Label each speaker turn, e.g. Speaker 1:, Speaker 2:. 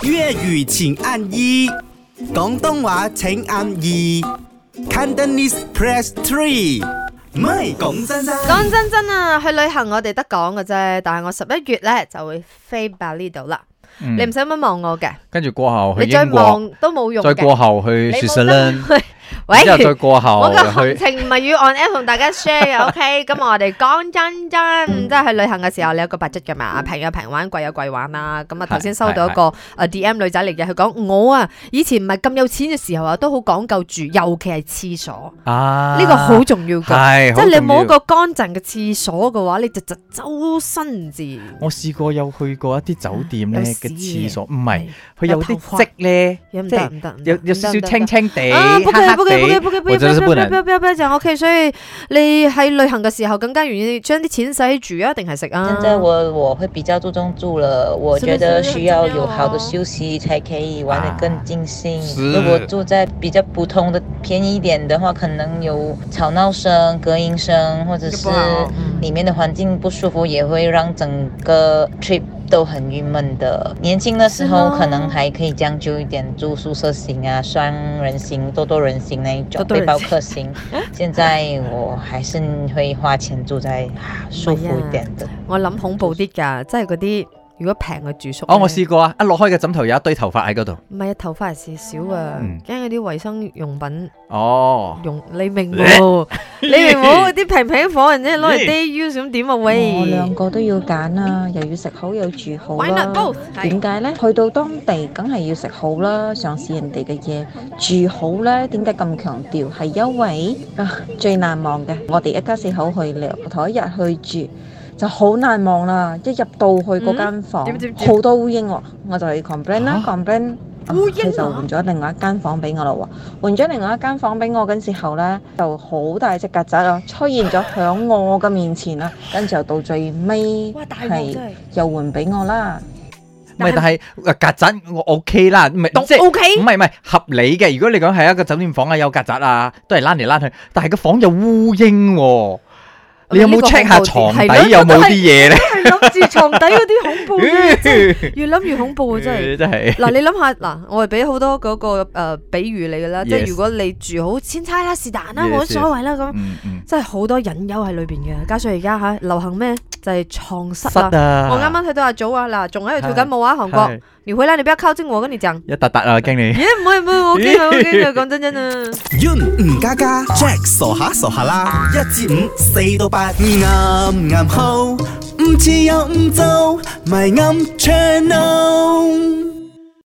Speaker 1: 粵語請按一，廣東話請按二，Cantonese press three。唔係講真真，
Speaker 2: 講真真啊，去旅行我哋得講嘅啫，但係我十一月咧就會飛巴厘島啦。
Speaker 3: 嗯
Speaker 2: 你唔使咁望我嘅，
Speaker 3: 跟住過後
Speaker 2: 你
Speaker 3: 去
Speaker 2: 再
Speaker 3: 英國，
Speaker 2: 望都冇用
Speaker 3: 再
Speaker 2: 嘅。
Speaker 3: 過後去
Speaker 2: 你冇
Speaker 3: s
Speaker 2: 得
Speaker 3: w i
Speaker 2: 喂，
Speaker 3: 之後再過
Speaker 2: 我
Speaker 3: 後
Speaker 2: 個行
Speaker 3: 去，
Speaker 2: 程唔係要 on air 同大家 share 嘅 ，OK？咁我哋講真真，即係去旅行嘅時候，你有個 budget 嘅
Speaker 3: 嗯
Speaker 2: 嘛，平有平玩，貴有貴玩啦。咁啊，頭先收到一個誒 DM 女仔嚟嘅，佢講我啊，以前唔係咁有錢嘅時候啊，都好講究住，尤其係廁所，
Speaker 3: 啊，
Speaker 2: 呢個好重要㗎。
Speaker 3: 係，
Speaker 2: 即係
Speaker 3: 好
Speaker 2: 你
Speaker 3: 重
Speaker 2: 冇一
Speaker 3: 要
Speaker 2: 個乾淨嘅廁所嘅話，你就就周身唔自然。
Speaker 3: 我試過有去過一啲酒店咧
Speaker 2: 有
Speaker 3: 嘅
Speaker 2: 屎
Speaker 3: 廁
Speaker 2: 嘅
Speaker 3: 所，唔係佢
Speaker 2: 有
Speaker 3: 有
Speaker 2: 頭
Speaker 3: 啲
Speaker 2: 髮
Speaker 3: 積咧，
Speaker 2: 有唔
Speaker 3: 即
Speaker 2: 得
Speaker 3: 係
Speaker 2: 唔得，唔得
Speaker 3: 有有少少青。青地、
Speaker 2: 啊，不可以，不可以，不可以，
Speaker 3: 黑
Speaker 2: 不可以，不
Speaker 3: 黑地，我真是不能。
Speaker 2: 不不就 OK。所以你喺旅行嘅時候更加願意將啲錢使住啊，定係食啊
Speaker 4: 现？在我我会比较注重住了，我
Speaker 2: 是不是
Speaker 4: 觉得需要有好
Speaker 2: 很重要哦
Speaker 4: 的休息才可以玩得更尽兴。
Speaker 3: 是
Speaker 4: 如果住在比较普通的便宜一点的话，可能有吵闹声、隔音声，或者
Speaker 2: 嗯
Speaker 4: 是里面的环境不舒服，也会让整个 trip 都很郁闷的。年轻的时
Speaker 2: 是
Speaker 4: 候
Speaker 2: 吗
Speaker 4: 可能还可以将就一点，住宿舍型啊、双人行、多多人行那一种，
Speaker 2: 多多人
Speaker 4: 背
Speaker 2: 行
Speaker 4: 包客行。现在我还是会花钱住在啊舒服一点的。
Speaker 2: 我諗恐怖啲㗎，即係嗰啲如果平嘅住宿呢。
Speaker 3: 哦，我試過啊，一落開嘅枕頭有一堆頭髮喺嗰度。
Speaker 2: 唔係啊，頭髮係事少啊
Speaker 3: 嗯，
Speaker 2: 驚嗰啲衞生用品
Speaker 3: 哦，
Speaker 2: 用，你明冇？你明冇？啲平平火人啫，攞嚟 day use 咁點啊？
Speaker 5: 我兩
Speaker 2: 喂
Speaker 5: 個都要揀啦，又要食好又住好
Speaker 2: ，why not
Speaker 5: 啦。
Speaker 2: both？
Speaker 5: 點解呢？去到當地梗係要食好啦，嘗試人哋嘅嘢。住好呢，點解咁強調？係因為啊，最難忘嘅，我哋一家四口去旅遊，頭一日去住就好難忘啦。一入到去嗰間房
Speaker 2: 嗯點點，點
Speaker 5: 好多烏蠅喎，我就去 complain 啦，complain。啊
Speaker 2: 烏蠅啊
Speaker 5: 佢就換咗另外一間房俾我啦喎，換咗另外一間房俾我嗰陣時候呢，就好大隻曱甴啊，出現咗響我嘅面前啦，跟住又到最尾
Speaker 2: 哇，大鑊
Speaker 5: 係
Speaker 2: 真係，
Speaker 5: 又換俾我啦。
Speaker 3: 唔係，但係曱甴我 OK 啦，唔係即嗯係
Speaker 2: OK。
Speaker 3: 唔係唔係合理嘅。如果你講係一個酒店房啊，有曱甴啊，都係躝嚟躝去，但係個房有烏蠅喎。你有冇
Speaker 2: 呢個
Speaker 3: check 下
Speaker 2: 恐怖
Speaker 3: 床
Speaker 2: 啲係咯
Speaker 3: 底有冇
Speaker 2: 都
Speaker 3: 啲
Speaker 2: 係
Speaker 3: 嘢咧？
Speaker 2: 係諗住床底嗰啲恐怖啲，真 係越諗越恐怖啊！真係。
Speaker 3: 真係。
Speaker 2: 嗱，你諗下，嗱，我係俾好多嗰個呃比喻你嘅啦，即係
Speaker 3: Yes
Speaker 2: 如果你住好千差啦，是但啦，
Speaker 3: Yes，
Speaker 2: 冇所謂啦，咁
Speaker 3: 嗯嗯，
Speaker 2: 真係好多隱憂喺裏邊嘅。加上而家嚇流行咩，就係床蝨
Speaker 3: 塞
Speaker 2: 啦。
Speaker 3: 啊！
Speaker 2: 我啱啱去到阿祖啊，嗱，仲喺度跳緊舞啊，韓國
Speaker 3: 係。
Speaker 2: 你回來你不要靠近我，跟你講。
Speaker 3: 一笪笪啊，經理。
Speaker 2: 咦，唔會唔會，我驚啊，我驚啊，講真真啊。
Speaker 1: Yun 吳家家，Jack 傻下傻下啦，一至五四到八，啱啱好，唔似又唔做，咪啱 channel。